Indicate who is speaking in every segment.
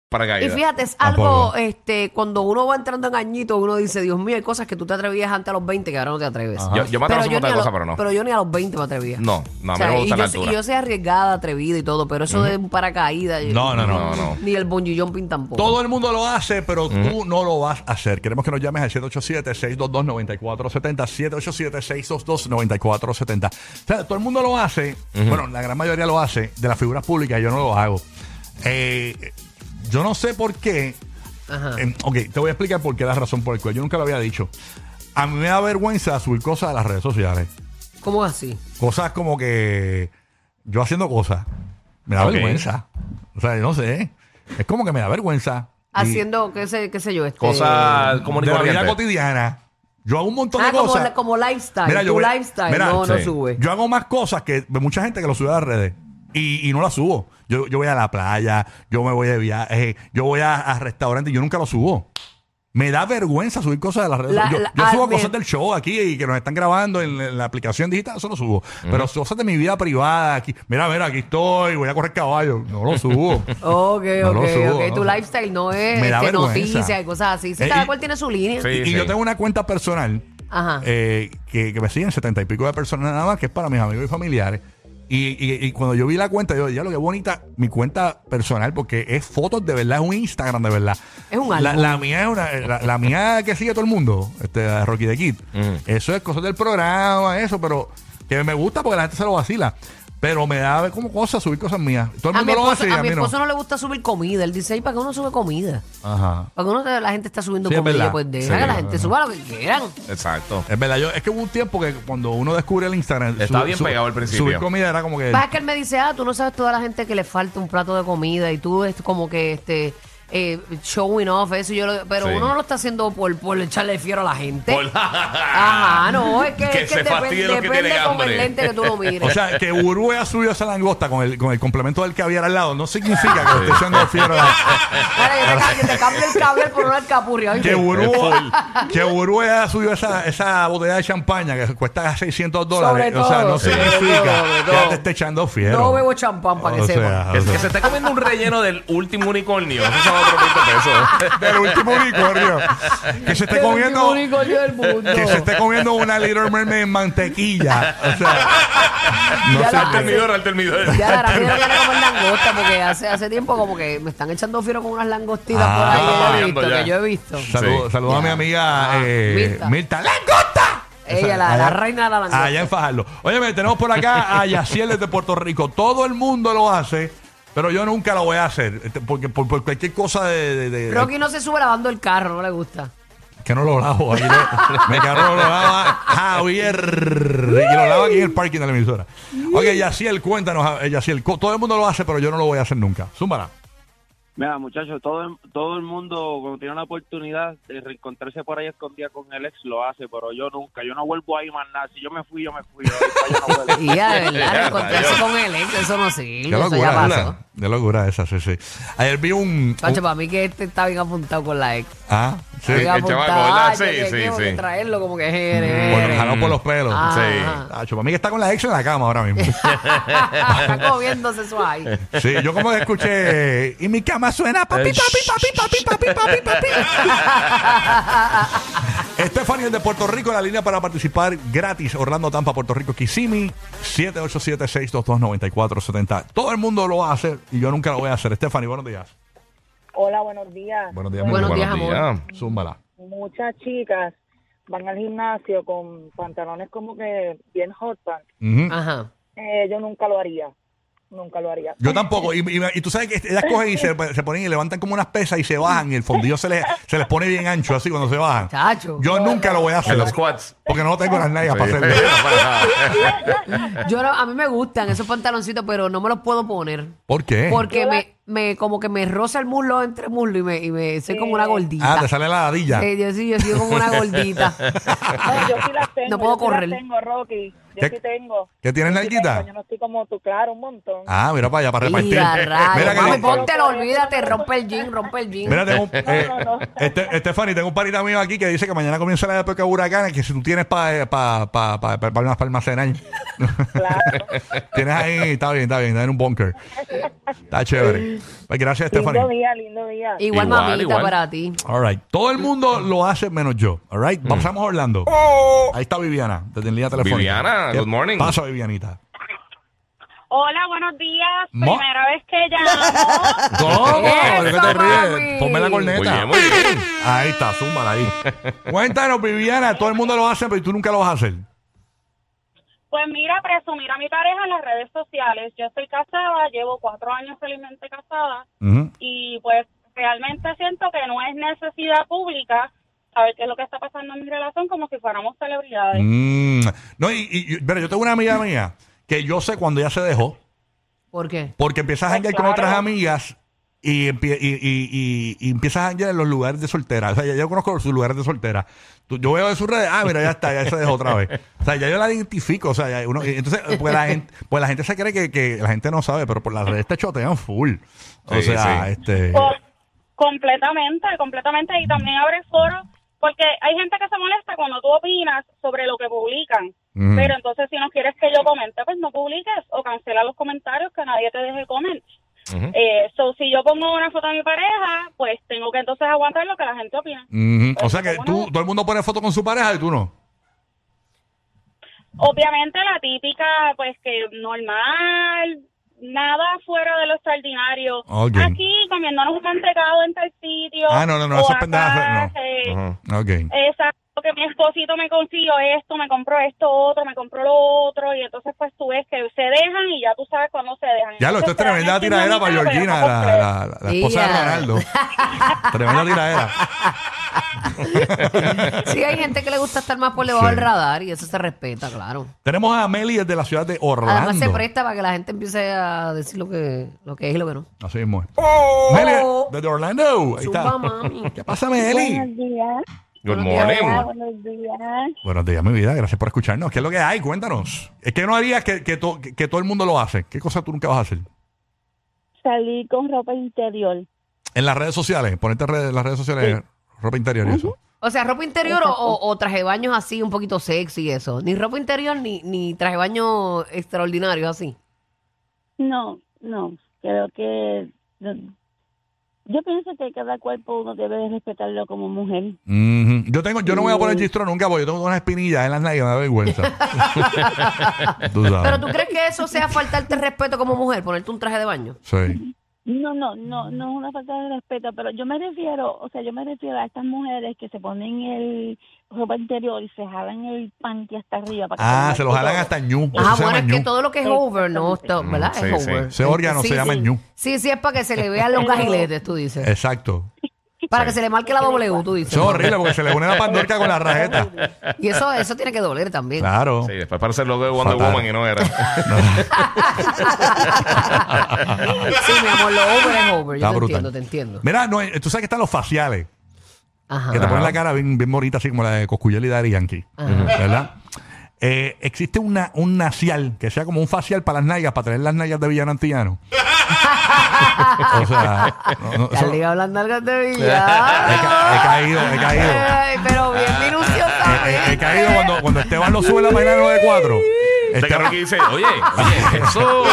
Speaker 1: Y
Speaker 2: paracaídas.
Speaker 1: fíjate, es algo,
Speaker 3: Tampoco.
Speaker 1: este, cuando uno va entrando en añitos, uno dice, Dios mío, hay cosas que tú te atrevías antes a los 20 que ahora no te atreves.
Speaker 2: Yo, yo me atrevo a hacer un montón
Speaker 1: ni
Speaker 2: de
Speaker 1: a los-
Speaker 2: cosas, pero no.
Speaker 1: yo ni a los 20 me atrevía.
Speaker 2: No, no, a
Speaker 1: O
Speaker 2: mí no
Speaker 1: sea,
Speaker 2: me
Speaker 1: y
Speaker 2: gusta la
Speaker 1: yo, soy-
Speaker 2: altura.
Speaker 1: yo soy arriesgada, atrevida y todo, pero eso de un paracaídas. yo-
Speaker 3: No, no,
Speaker 2: No,
Speaker 3: no.
Speaker 2: no.
Speaker 1: Ni el bungee jumping tampoco.
Speaker 3: Todo el mundo lo hace, pero tú no lo vas a hacer. Queremos que nos llames al 787-622-9470. 787-622-9470. O sea, todo el mundo lo hace. Bueno, la gran mayoría lo hace. De las figuras públicas, yo no lo hago. Eh, yo no sé por qué. Eh, ok, te voy a explicar por qué la razón por la cual yo nunca lo había dicho. A mí me da vergüenza subir cosas a las redes sociales.
Speaker 1: ¿Cómo así?
Speaker 3: Cosas como que yo haciendo cosas. Me da
Speaker 2: Ok.
Speaker 3: vergüenza. O sea, yo no sé. Es como que me da vergüenza. Y-
Speaker 1: Haciendo, qué sé, qué sé yo, este...
Speaker 2: Cosas como
Speaker 3: de la vida Ah, cotidiana. Yo hago un montón
Speaker 1: Ah,
Speaker 3: de
Speaker 1: como,
Speaker 3: cosas.
Speaker 1: la- como lifestyle.
Speaker 3: Mira, yo
Speaker 1: tu
Speaker 3: voy-
Speaker 1: lifestyle
Speaker 3: mira,
Speaker 1: no, no
Speaker 2: sí.
Speaker 1: sube.
Speaker 3: Yo hago más cosas que mucha gente que lo sube a las redes. Y, y no las subo. Yo, yo voy a la playa, yo me voy de viaje, yo voy a, a restaurantes, yo nunca lo subo. Me da vergüenza subir cosas de las redes.
Speaker 1: La-
Speaker 3: yo
Speaker 1: la-
Speaker 3: yo
Speaker 1: ah,
Speaker 3: subo
Speaker 1: me-
Speaker 3: cosas del show aquí y que nos están grabando en, en la aplicación digital, eso lo subo. Pero cosas de mi vida privada, aquí, mira, mira, aquí estoy, voy a correr caballo, no lo subo.
Speaker 1: Ok,
Speaker 3: No
Speaker 1: ok,
Speaker 3: lo subo,
Speaker 1: ok.
Speaker 3: no
Speaker 1: Tu
Speaker 3: lo-
Speaker 1: lifestyle no es
Speaker 3: Me da
Speaker 1: este,
Speaker 3: vergüenza.
Speaker 1: noticias y cosas así. Sí,
Speaker 3: Eh,
Speaker 1: cada
Speaker 3: y-
Speaker 1: cual tiene su línea.
Speaker 2: Sí,
Speaker 3: y
Speaker 2: sí.
Speaker 3: yo tengo una cuenta personal
Speaker 1: Ajá.
Speaker 3: eh, que, que me siguen setenta y pico de personas nada más, que es para mis amigos y familiares. Y, y- y cuando yo vi la cuenta, yo, ya lo que bonita mi cuenta personal, porque es fotos de verdad, es un Instagram de verdad.
Speaker 1: Es un
Speaker 3: la,
Speaker 1: álbum.
Speaker 3: la mía es una, la, la mía que sigue todo el mundo, este, la de Rocky de Kid.
Speaker 2: Mm.
Speaker 3: Eso es cosas del programa, eso, pero que me gusta porque la gente se lo vacila. Pero me da como cosa subir cosas mías. Todo el
Speaker 1: A mi
Speaker 3: mundo lo
Speaker 1: esposo,
Speaker 3: hace y
Speaker 1: a
Speaker 3: a
Speaker 1: mi
Speaker 3: mí no.
Speaker 1: esposo no le gusta subir comida. Él dice, ¿y para qué uno sube comida?
Speaker 3: Ajá.
Speaker 1: Porque uno, la gente está subiendo
Speaker 3: Sí, es
Speaker 1: comida,
Speaker 3: verdad.
Speaker 1: pues deja
Speaker 3: Sí,
Speaker 1: que la
Speaker 3: verdad,
Speaker 1: gente
Speaker 3: verdad.
Speaker 1: suba lo que quieran.
Speaker 2: Exacto.
Speaker 3: Es verdad, yo, es que hubo un tiempo que cuando uno descubre el Instagram.
Speaker 2: Estaba bien pegado al principio.
Speaker 3: Subir comida era como que.
Speaker 1: Pasa que él me dice, ah, tú no sabes toda la gente que le falta un plato de comida y tú es como que este eh, showing off eso. y Yo lo- pero
Speaker 2: Sí.
Speaker 1: uno no lo está haciendo por, por echarle fiero a la gente.
Speaker 2: Por la-
Speaker 1: Ajá, no, es que,
Speaker 2: Que
Speaker 1: es que
Speaker 2: se fastidie los que
Speaker 1: depende
Speaker 2: tienen
Speaker 1: con el
Speaker 2: hambre.
Speaker 1: lente que tú lo mires.
Speaker 3: O sea, que Uruguay ha subido esa langosta con el, con el complemento del caviar al lado no significa que le esté echando fiero a la-
Speaker 1: Ahora yo te, cambio- te cambio el caviar por una alcapurria. ¿oíste?
Speaker 3: Que Uruguay, que Uruguay ha subido esa, esa botella de champaña que cuesta 600 dólares.
Speaker 1: Sobre
Speaker 3: o sea,
Speaker 1: todo,
Speaker 3: no
Speaker 1: sobre
Speaker 3: significa
Speaker 1: todo,
Speaker 3: que ya
Speaker 1: no.
Speaker 3: te esté echando fiero.
Speaker 1: No bebo champán, para que
Speaker 3: O
Speaker 1: sepa.
Speaker 3: sea,
Speaker 2: Que,
Speaker 3: o sea,
Speaker 2: que se está comiendo un relleno del último unicornio. Eso son otros 20 pesos.
Speaker 3: Del último unicornio. Que se esté
Speaker 1: El último
Speaker 3: comiendo.
Speaker 1: unicornio del mundo.
Speaker 3: Que se esté comiendo una Little Mermaid en mantequilla. O sea, no
Speaker 1: Ya
Speaker 3: sé
Speaker 1: la-
Speaker 3: qué.
Speaker 2: Al termidor, al termidor.
Speaker 1: Ya, ahora quiero que comer langosta porque hace, hace tiempo como que me están echando fiero con unas langostitas
Speaker 3: Ah,
Speaker 1: por ahí.
Speaker 2: está
Speaker 1: Yo
Speaker 2: variando
Speaker 1: he visto,
Speaker 2: ya.
Speaker 1: que yo he visto.
Speaker 3: Saludo,
Speaker 2: Sí.
Speaker 3: saludo a mi amiga
Speaker 1: Ah,
Speaker 3: eh,
Speaker 1: Mirta.
Speaker 3: Mirta. ¡Langosta!
Speaker 1: Ella,
Speaker 3: Esa-
Speaker 1: la- la reina de la langosta.
Speaker 3: Allá en Fajardo. Óyeme, tenemos por acá a Yaciel desde Puerto Rico. Todo el mundo lo hace, pero yo nunca lo voy a hacer. este, Porque por, por cualquier cosa de. de- de-
Speaker 1: Rocky no se sube lavando el carro, no le gusta.
Speaker 3: que no lo lavo. aquí lo- me cargo, lo lava Javier. Y lo lavo aquí en el parking de la emisora. Ok, Yaciel, cuéntanos, eh, Yaciel. co- Todo el mundo lo hace, pero yo no lo voy a hacer nunca. Zúmbala.
Speaker 4: Mira, muchachos, todo, el- todo el mundo cuando tiene una oportunidad de reencontrarse por ahí escondida con el ex lo hace, pero yo nunca, yo no vuelvo ahí más nada. Si yo me fui, yo me fui. Yo, yo no vuelvo.
Speaker 1: Y ya, de verdad,
Speaker 2: Ya,
Speaker 1: encontrarse
Speaker 2: rayos.
Speaker 1: con el ex, eso no sirve.
Speaker 3: Qué
Speaker 1: Eso ya
Speaker 3: locura
Speaker 1: pasó.
Speaker 3: esa. Qué locura esa, sí, sí. Ayer vi un.
Speaker 1: Chacho,
Speaker 3: un-
Speaker 1: para mí que este está bien apuntado con la ex.
Speaker 3: ah, sí.
Speaker 1: Bien
Speaker 2: el chamaco,
Speaker 1: apuntado,
Speaker 2: ¿verdad?
Speaker 1: ay,
Speaker 2: Sí,
Speaker 1: que-
Speaker 2: sí,
Speaker 1: que- que
Speaker 2: sí.
Speaker 1: traerlo como que jere,
Speaker 3: Por,
Speaker 1: jere.
Speaker 3: jalado por los pelos.
Speaker 1: Ah.
Speaker 2: Sí.
Speaker 3: Tacho, para mí que está con la ex en la cama ahora mismo.
Speaker 1: Está comiéndose eso ahí.
Speaker 3: Sí, yo como que escuché. Y mi cama suena papi, papi, papi, papi, papi, papi, papi. Estefania de Puerto Rico, la línea para participar gratis. Orlando Tampa, Puerto Rico, Kissimmee, 787-622-9470. Todo el mundo lo hace y yo nunca lo voy a hacer. Stephanie, buenos días.
Speaker 5: Hola, buenos días.
Speaker 3: Buenos días,
Speaker 1: Buenos
Speaker 3: mi
Speaker 1: días,
Speaker 3: amor.
Speaker 1: amor.
Speaker 3: Zúmbala.
Speaker 5: Muchas chicas van al gimnasio con pantalones como que bien hot pants.
Speaker 3: Ujú.
Speaker 1: Ajá.
Speaker 5: Eh, yo nunca lo haría. Nunca lo haría.
Speaker 3: Yo tampoco. Y, y- y tú sabes que ellas cogen y se, se ponen y levantan como unas pesas y se bajan y el fondillo se les, se les pone bien ancho así cuando se bajan.
Speaker 1: Chacho.
Speaker 3: Yo nunca lo voy a
Speaker 2: En
Speaker 3: hacer.
Speaker 2: los squats.
Speaker 3: Porque no tengo las nalgas para hacerlo.
Speaker 1: Yo no- a mí me gustan esos pantaloncitos, pero no me los puedo poner.
Speaker 3: ¿Por qué?
Speaker 1: Porque me, me, como que me roza el muslo entre muslo y me, y me soy como una gordita.
Speaker 3: Ah, te sale la ladilla.
Speaker 1: Eh, yo sí, yo soy como una gordita.
Speaker 5: No, yo sí las tengo.
Speaker 1: No puedo
Speaker 5: yo sí las
Speaker 1: correr.
Speaker 5: tengo, Rocky. Yo
Speaker 3: ¿Qué-
Speaker 5: sí tengo.
Speaker 3: qué tienes,
Speaker 5: Yo sí
Speaker 3: Nalguita?
Speaker 5: tengo, Yo no estoy como tú, claro, un montón.
Speaker 3: Ah, mira para allá, para repartir.
Speaker 1: Mira, rayos.
Speaker 3: Mira, que
Speaker 1: Mami,
Speaker 3: le-
Speaker 1: póntelo, olvídate, rompe el jean, rompe el jean.
Speaker 3: Mira, tengo un, eh,
Speaker 5: No, no, no.
Speaker 3: este, Estefany, tengo un parita mío aquí que dice que mañana comienza la época huracana que si tú tienes para pa, pa, pa, pa- pa- pa almacenar,
Speaker 5: Claro.
Speaker 3: tienes ahí, está bien, está bien, está en un bunker. Está chévere. Pues gracias,
Speaker 5: lindo
Speaker 3: Estefany.
Speaker 5: día, lindo día.
Speaker 1: Igual,
Speaker 2: Igual,
Speaker 1: mamita
Speaker 2: igual.
Speaker 1: para ti.
Speaker 3: All right. Todo el mundo lo hace menos yo. All right.
Speaker 2: Hmm.
Speaker 3: Pasamos a Orlando. Ahí está Viviana, desde el día telefónica.
Speaker 2: Oh. Viviana,
Speaker 3: ¿Qué
Speaker 2: good morning.
Speaker 3: Pasa, Vivianita.
Speaker 6: Hola, buenos días.
Speaker 3: Mo-
Speaker 6: Primera vez que llamo.
Speaker 3: ¿Cómo?
Speaker 1: ¿De qué te ríes? mami.
Speaker 3: Ponme la corneta.
Speaker 2: Muy bien, muy bien.
Speaker 3: Ahí está, zúmbala ahí. Cuéntanos, Viviana, todo el mundo lo hace, pero tú nunca lo vas a hacer.
Speaker 6: Pues mira, presumir a mi pareja en las redes sociales. Yo estoy casada, llevo cuatro años felizmente casada
Speaker 3: Ujú.
Speaker 6: y pues realmente siento que no es necesidad pública saber qué es lo que está pasando en mi relación como si fuéramos celebridades.
Speaker 3: Mm. No, y, y- y- pero yo tengo una amiga mía que yo sé cuando ella se dejó,
Speaker 1: ¿Por qué?
Speaker 3: porque empiezas a
Speaker 6: Ay,
Speaker 3: hangar con
Speaker 6: Pues claro.
Speaker 3: otras amigas y, empie- y, y- y- y empiezas a hangar en los lugares de soltera. O sea, ya yo conozco sus lugares de soltera. Tú- yo veo de sus redes, ah, mira, ya está, ya se dejó otra vez. O sea, ya yo la identifico. O sea, ya uno, y entonces, pues la, gente, pues la gente se cree que, que la gente no sabe, pero por las redes te chotean full. O
Speaker 2: Sí,
Speaker 3: sea,
Speaker 2: sí.
Speaker 3: este.
Speaker 6: Co- completamente, completamente. Y también abre foros, porque hay gente que se molesta cuando tú opinas sobre lo que publican.
Speaker 3: Ujú.
Speaker 6: Pero entonces, si no quieres que yo comente, pues no publiques o cancela los comentarios que nadie te deje comentar.
Speaker 2: Ujú.
Speaker 6: Eh, so, si yo pongo una foto de mi pareja, pues tengo que entonces aguantar lo que la gente opina.
Speaker 3: Ujú.
Speaker 6: pues,
Speaker 3: O sea que
Speaker 6: ¿Cómo
Speaker 3: tú,
Speaker 6: no?
Speaker 3: todo el mundo pone foto con su pareja y tú no.
Speaker 6: Obviamente la típica, pues que normal, nada fuera de lo extraordinario.
Speaker 3: Ok.
Speaker 6: Aquí comiéndonos un mantecado en tal sitio.
Speaker 3: Oh, Ah, no, no, no,
Speaker 6: o
Speaker 3: esas
Speaker 6: acá,
Speaker 3: pendejas, no.
Speaker 6: eh,
Speaker 2: Ajá.
Speaker 3: Ok.
Speaker 6: Exacto, que mi esposito me consiguió esto, me compró esto otro, me compró lo otro, y entonces pues tú ves que se dejan y ya tú sabes cuándo se dejan.
Speaker 3: Ya lo, esto es
Speaker 6: Entonces,
Speaker 3: tremenda
Speaker 6: realmente
Speaker 3: tiradera
Speaker 6: no
Speaker 3: para
Speaker 6: es mi
Speaker 3: Georgina,
Speaker 6: cara,
Speaker 3: la,
Speaker 6: pero no
Speaker 3: la- la- la esposa de
Speaker 1: Tía.
Speaker 3: Ronaldo. tremenda tiradera.
Speaker 1: Sí, hay gente que le gusta estar más por debajo
Speaker 3: Sí.
Speaker 1: del radar y eso se respeta, claro.
Speaker 3: Tenemos a Meli desde la ciudad de Orlando.
Speaker 1: Además se presta para que la gente empiece a decir lo que, lo que es y lo que no.
Speaker 3: Así mismo. es.
Speaker 5: Oh.
Speaker 3: Meli desde Orlando. Ahí
Speaker 1: Zumba,
Speaker 3: está.
Speaker 1: mami.
Speaker 3: ¿Qué pasa, Meli?
Speaker 5: Buenos días. Ah,
Speaker 2: Good
Speaker 3: Oh.
Speaker 2: morning.
Speaker 5: Buenos días.
Speaker 3: Buenos días, mi vida. Gracias por escucharnos. ¿Qué es lo que hay? Cuéntanos. Es que no harías que, que, to- que- que todo el mundo lo hace. ¿Qué cosa tú nunca vas a hacer?
Speaker 5: Salí con ropa interior.
Speaker 3: En las redes sociales. Ponerte en las redes sociales ropa interior y eso.
Speaker 1: O sea, ropa interior o, o- o traje baños así, un poquito sexy y eso. Ni ropa interior ni, ni traje baño extraordinario así.
Speaker 5: No, no. Creo que. no. Yo pienso que cada cuerpo uno debe de respetarlo como mujer.
Speaker 3: Ujú. Yo tengo, yo no voy a
Speaker 5: Uh.
Speaker 3: poner gistro nunca porque yo tengo unas espinillas en las nalgas, me da vergüenza. Tú sabes.
Speaker 1: Pero tú crees que eso sea faltarte el respeto como mujer, ponerte un traje de baño.
Speaker 3: Sí.
Speaker 5: No, no, no,
Speaker 3: Mm.
Speaker 5: no es una falta de respeto, pero yo me refiero, o sea, yo me refiero a estas mujeres que se ponen el ropa interior y se jalan el panty hasta arriba. Para que
Speaker 3: Ah,
Speaker 5: salga
Speaker 3: se lo jalan
Speaker 5: todo.
Speaker 3: hasta ñu.
Speaker 1: Ah,
Speaker 3: Eso se
Speaker 1: bueno,
Speaker 3: llama
Speaker 1: es que
Speaker 3: ñu.
Speaker 1: todo lo que es over, no, está,
Speaker 2: Mm,
Speaker 1: ¿verdad?
Speaker 2: sí,
Speaker 1: es
Speaker 2: sí.
Speaker 1: over.
Speaker 3: Ese órgano se llama
Speaker 1: sí.
Speaker 3: ñu.
Speaker 1: Sí, sí, es para que se le vean los gajiletes, tú dices.
Speaker 3: Exacto.
Speaker 1: Para que se le marque la W, tú dices.
Speaker 3: Eso es horrible porque se le une la pandorca con la rajeta.
Speaker 1: Y eso, eso tiene que doler también.
Speaker 3: Claro.
Speaker 2: Sí, después parece el logo de Wonder
Speaker 3: Fatal.
Speaker 2: Woman y no era.
Speaker 1: sí, mi amor, lo over es over. Yo
Speaker 3: Está
Speaker 1: te
Speaker 3: brutal.
Speaker 1: entiendo, te entiendo.
Speaker 3: Mira, no, eh, tú sabes que están los faciales,
Speaker 1: Ajá.
Speaker 3: que te ponen la cara bien, bien bonita, así como la de Coscuyel y Dari Yankee. ¿Verdad? Eh, existe una, un nacial que sea como un facial para las nalgas, para tener las nalgas de Villano Antillano. o sea, no, no,
Speaker 1: Ya
Speaker 3: eso-
Speaker 1: le iba hablando algo de
Speaker 3: He, ca- he
Speaker 1: Villa.
Speaker 3: caído, he caído.
Speaker 1: Ay, pero bien minuciosa.
Speaker 3: eh,
Speaker 1: ¿eh?
Speaker 3: He, he- he caído cuando, cuando Esteban lo sube en la página 94.
Speaker 2: Este cabrón que dice, oye, oye, eso,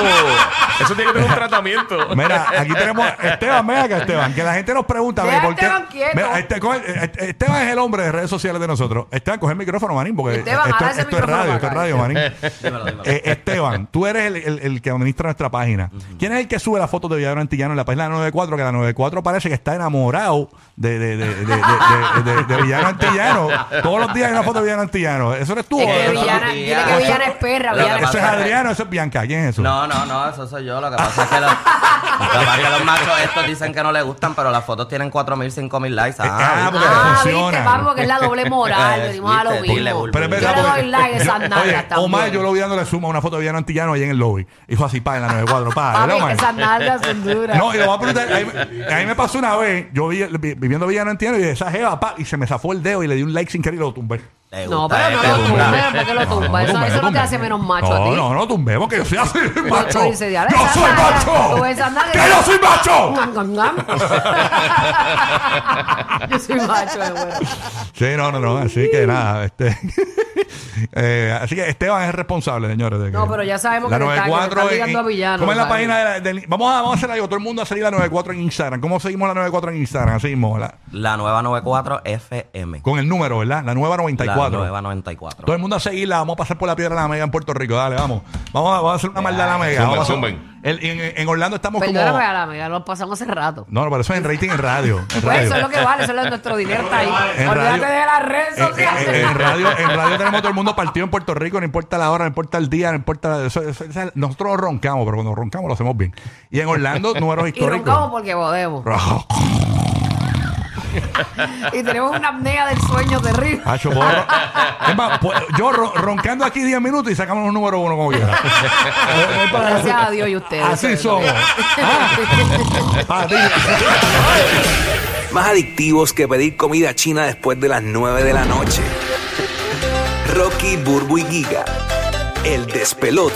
Speaker 2: eso tiene que tener un tratamiento.
Speaker 3: Mira, aquí tenemos a Esteban, ven acá, Esteban, que la gente nos pregunta,
Speaker 1: Deja
Speaker 3: mira,
Speaker 1: a Esteban quieto.
Speaker 3: Mira, este- coge- este- Esteban es el hombre de redes sociales de nosotros. Esteban, coge el micrófono, Manín, porque
Speaker 1: Esteban,
Speaker 3: esto,
Speaker 1: agarra ese
Speaker 3: esto es
Speaker 1: micrófono
Speaker 3: radio, esto
Speaker 1: para
Speaker 3: es
Speaker 1: acá,
Speaker 3: radio, Manín. Eh, Esteban, tú eres el, el- el que administra nuestra página. ¿Quién es el que sube las fotos de Villadero Antillano en la página 94? Que la 94 parece que está enamorado de, de, de, de, de, de- de- de Villadero Antillano. Todos los días hay una foto de Villadero Antillano. Eso eres tú.
Speaker 1: Es
Speaker 3: o-
Speaker 1: que
Speaker 3: eso-
Speaker 1: Villana,
Speaker 7: sí,
Speaker 1: dile que
Speaker 7: ya.
Speaker 1: Villana es perra.
Speaker 7: Lo que
Speaker 1: Villana es
Speaker 3: Eso es
Speaker 7: pasa es que-
Speaker 3: Adriano, eso es Bianca. ¿Quién es eso?
Speaker 7: No, no, no, eso soy yo. Lo que pasa es que los, lo que pasa es que los machos estos dicen que no les gustan, pero las fotos tienen 4.000, 5.000 likes.
Speaker 3: Ah,
Speaker 7: Ah,
Speaker 3: porque
Speaker 1: Ah,
Speaker 3: funciona.
Speaker 1: viste, papi, porque es la doble moral.
Speaker 7: Eh,
Speaker 1: Venimos a lo
Speaker 7: viste, dile,
Speaker 1: mismo.
Speaker 7: Bulbul.
Speaker 3: Pero es verdad,
Speaker 1: yo le
Speaker 3: porque-
Speaker 1: doy like a esas
Speaker 3: yo-
Speaker 1: nalgas
Speaker 3: Oye,
Speaker 1: también.
Speaker 3: Omar, yo lo vi dándole suma una foto de Villano Antillano ahí en el lobby. Hijo así, pa, en la 94, pa,
Speaker 1: Papi,
Speaker 3: ¿verdad,
Speaker 1: que
Speaker 3: Omar?
Speaker 1: esas nalgas son duras.
Speaker 3: No, y lo voy a preguntar. A mí, a mí me pasó una vez, yo vi- vi- viviendo Villano Antillano y de esa jeva, pa, y se me zafó el dedo y le di un like sin querer y lo tumbé.
Speaker 7: te
Speaker 1: No,
Speaker 7: gusta,
Speaker 1: pero no
Speaker 7: eh, te
Speaker 1: lo
Speaker 7: gusta.
Speaker 1: tumbes, porque lo
Speaker 3: No,
Speaker 1: tumbas. Eso,
Speaker 3: tumbé,
Speaker 1: eso no te
Speaker 3: tumbé.
Speaker 1: hace menos macho a
Speaker 3: no,
Speaker 1: ti.
Speaker 3: No, no, tumbé, porque yo soy así, macho.
Speaker 1: dice, "Diablo,
Speaker 3: ¡Yo
Speaker 1: esa
Speaker 3: soy
Speaker 1: nalga,
Speaker 3: macho!
Speaker 1: tú esa nalga".
Speaker 3: ¡Que yo soy macho!
Speaker 1: Ngam, ngam, ngam. Yo soy macho, de bueno.
Speaker 3: Sí, no, no, no. Así que nada, este. eh, así que Esteban es responsable, señores. de que-
Speaker 1: No, pero ya sabemos
Speaker 3: la
Speaker 1: que te están- que te
Speaker 3: 94
Speaker 1: están
Speaker 3: en-
Speaker 1: ligando a Villano,
Speaker 3: ¿Cómo es la
Speaker 1: ¿sabes?
Speaker 3: página de la- del- vamos, a, vamos a hacer algo. Todo el mundo ha seguido la 94 en Instagram. ¿Cómo seguimos la 94 en Instagram? Así mismo, la-
Speaker 7: La nueva 94 FM.
Speaker 3: con el número, ¿verdad? La nueva 94.
Speaker 7: La nueva 94.
Speaker 3: Todo el mundo a seguirla. Vamos a pasar por la piedra de la mega en Puerto Rico. Dale, vamos. Vamos a, vamos a hacer una maldad a la mega.
Speaker 2: Zumben,
Speaker 3: Vamos a hacer-
Speaker 2: zumben.
Speaker 3: el- en, en Orlando estamos
Speaker 1: Perdóname
Speaker 3: como.
Speaker 1: a la mega, lo pasamos hace rato.
Speaker 3: No, no, pero eso es en rating en radio. En
Speaker 1: Pues
Speaker 3: radio.
Speaker 1: eso es lo que vale, eso es lo de nuestro dinero está ahí.
Speaker 3: En
Speaker 1: Olvídate
Speaker 3: radio- Eh,
Speaker 1: de las redes
Speaker 3: En, en- en- en
Speaker 1: sociales.
Speaker 3: radio, en radio tenemos todo el mundo partido en Puerto Rico, no importa la hora, no importa el día, no importa. eso- eso- eso- nosotros roncamos, pero cuando roncamos lo hacemos bien. Y en Orlando, números
Speaker 1: Y roncamos
Speaker 3: históricos.
Speaker 1: porque podemos. Y tenemos una apnea del sueño terrible.
Speaker 3: Hacho, puedo ron- Es más, pues, yo ro- roncando aquí 10 minutos y sacamos un número uno como quiera. Eh,
Speaker 1: Gracias a Dios y ustedes.
Speaker 3: Así
Speaker 1: ustedes
Speaker 3: somos. Ah, ti-
Speaker 8: Más adictivos que pedir comida china después de las 9 de la noche. Rocky, Burbu y Giga. El despelote.